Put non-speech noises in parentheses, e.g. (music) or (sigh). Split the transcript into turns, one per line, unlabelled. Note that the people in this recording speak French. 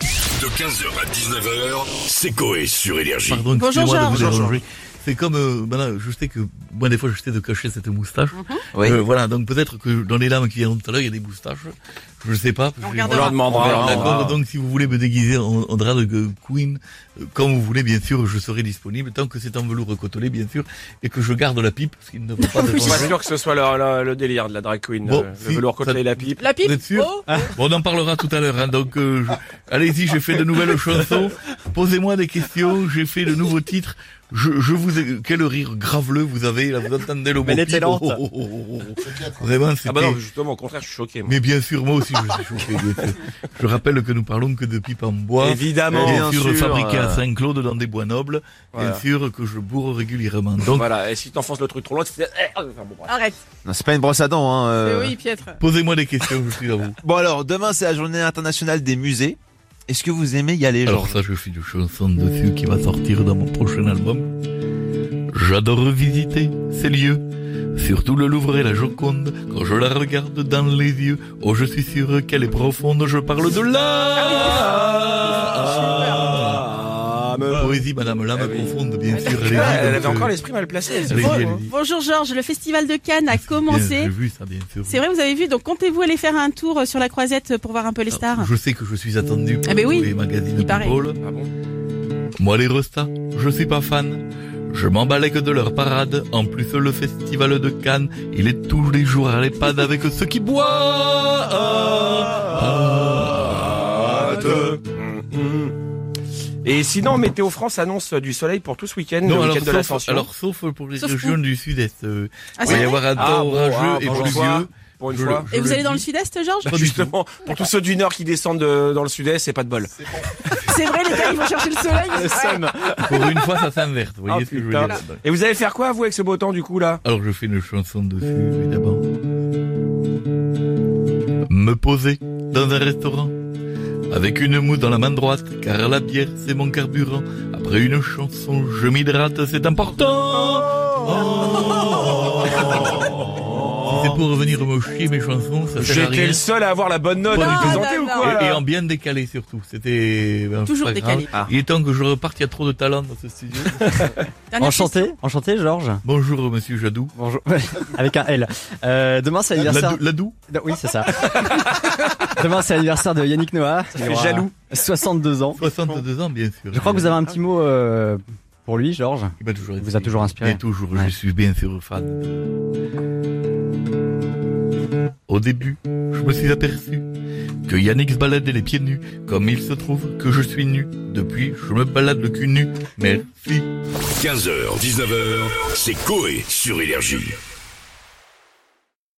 De 15h à 19h, c'est Coé sur Énergie.
Pardon,
Bonjour,
excusez-moi de vous
Georges.
déranger. C'est comme, euh, ben là, je sais que moi des fois j'essaie de cacher cette moustache.
Oui.
Euh, voilà, donc peut-être que dans les lames qui viendront tout à l'heure, il y a des moustaches. Je ne sais pas. parce que-
regardera.
On leur demandera.
Voilà,
on verra.
D'accord, donc si vous voulez me déguiser en, en drap de euh, Queen, euh, quand vous voulez, bien sûr, je serai disponible, tant que c'est en velours cotonné, bien sûr, et que je garde la pipe, parce qu'il ne faut
(laughs)
pas de
Je suis pas
danger.
sûr que ce soit le, le- le délire de la drag queen.
Bon,
euh, le,
si,
velours côtelé
ça-
et la pipe.
La pipe
Vous êtes sûr Ah.
Oh
Bon, on en parlera tout à l'heure. hein, donc, euh, je- allez-y, j'ai fait de nouvelles chansons. Posez-moi des questions. J'ai fait de nouveaux titres. Je, je vous ai- quel rire graveleux vous avez là. Vous entendez le mot
Mais elle était
pipe,
lente.
oh, oh, oh, oh, oh. Vraiment, c'était.
Ah bah non, justement, au contraire, je suis choqué. Moi.
mais bien sûr, moi aussi, je suis choqué. bien sûr. Je rappelle que nous parlons que de pipe en bois.
Évidemment,
Bien, sûr, fabriqué à
euh,
Saint-Claude dans des bois nobles.
Voilà.
Bien sûr que je bourre régulièrement. Donc,
Voilà, et si t'enfonces le truc trop loin, tu fais... eh, ah, enfin, bon, bref.
Arrête.
Non, c'est pas une brosse à dents. Hein,
Mais
euh.
oui, piètre.
posez-moi des questions, je suis à vous.
Bon alors, demain c'est la journée internationale des musées. Est-ce que vous aimez y aller,
Alors
Georges
ça, je fais une chanson dessus qui va sortir dans mon prochain album. J'adore visiter ces lieux, surtout le Louvre et la Joconde. Quand je la regarde dans les yeux, oh je suis sûr qu'elle est profonde. Je parle de l'âme.
Ah,
Poésie, Madame l'âme
Ah oui.
profonde, bien sûr.
Elle,
allez-y, donc,
avait
euh,
encore l'esprit mal placé.
Allez-y,
Bon-
allez-y.
bonjour Georges, le festival de Cannes
bien,
a
J'ai
commencé.
vu ça, bien sûr.
C'est vrai, vous avez vu, donc comptez-vous aller faire un tour euh, sur la croisette euh, pour voir un peu les
Alors,
stars
Je sais que je suis attendu pour
Ah ben oui,
tous les magazines
il
de
paraît.
football.
Ah bon
Moi les restas, je suis pas fan. Je m'emballais que de leur parade. En plus le festival de Cannes, il est tous les jours à l'EHPAD avec ceux qui boivent.
Et sinon, Météo France annonce du soleil pour tout ce week-end, le
Non, alors
week-end de
sauf,
l'ascension.
alors sauf pour les
Sauf
régions du sud-est, euh,
Ah,
il va
c'est
y
vrai
avoir un temps
Ah, bon, ah,
orageux et
bonjour,
pluvieux.
pour une
Je-
fois.
je
Et vous
le
allez dans le
dis.
sud-est, Georges
Pas du
Justement, pour tous ceux du nord qui descendent de- dans le sud-est, c'est pas de bol.
C'est vrai, les gars, ils vont chercher le soleil.
Le seum.
Pour une fois, ça s'inverse. Vous voyez
Ah,
ce que je veux
putain.
dire
Et vous allez faire quoi, vous, avec ce beau temps, du coup, là
Alors je fais une chanson dessus, évidemment. Me poser dans un restaurant avec une mousse dans la main droite, car la bière c'est mon carburant. Après une chanson, je m'hydrate, c'est important. Si C'est pour revenir me chier mes chansons, ça sert à
J'étais
rien. Ah,
le seul à avoir la bonne note.
Pas
Vous
du
vous
tout.
plaisantez
Non,
ou
non,
quoi
non.
là
Et, et en bien décalé surtout. C'était ben,
Toujours
pas grave.
décalé.
Il est temps que je reparte. Il y a trop de talent dans ce studio.
Dernière
Enchanté, enchanté Georges.
Bonjour Monsieur Jadou.
Bonjour. Avec un L. Euh, demain c'est l'anniversaire.
Ladou- Ladou.
Non, Oui, c'est ça. (laughs) demain c'est l'anniversaire de Yannick Noah. Il aura
jaloux.
62 ans.
62 ans bien sûr.
Je crois que vous avez un petit mot euh, pour lui, Georges.
Il m'a toujours
Il vous a
inspiré.
toujours
Et
inspiré.
toujours, je
Ouais.
suis bien sûr fan. Au début, je me suis aperçu que Yannick se baladait les pieds nus, comme il se trouve que je suis nu. Depuis, je me balade le cul nu. Merci.
15h, 19h, c'est Coé sur Énergie.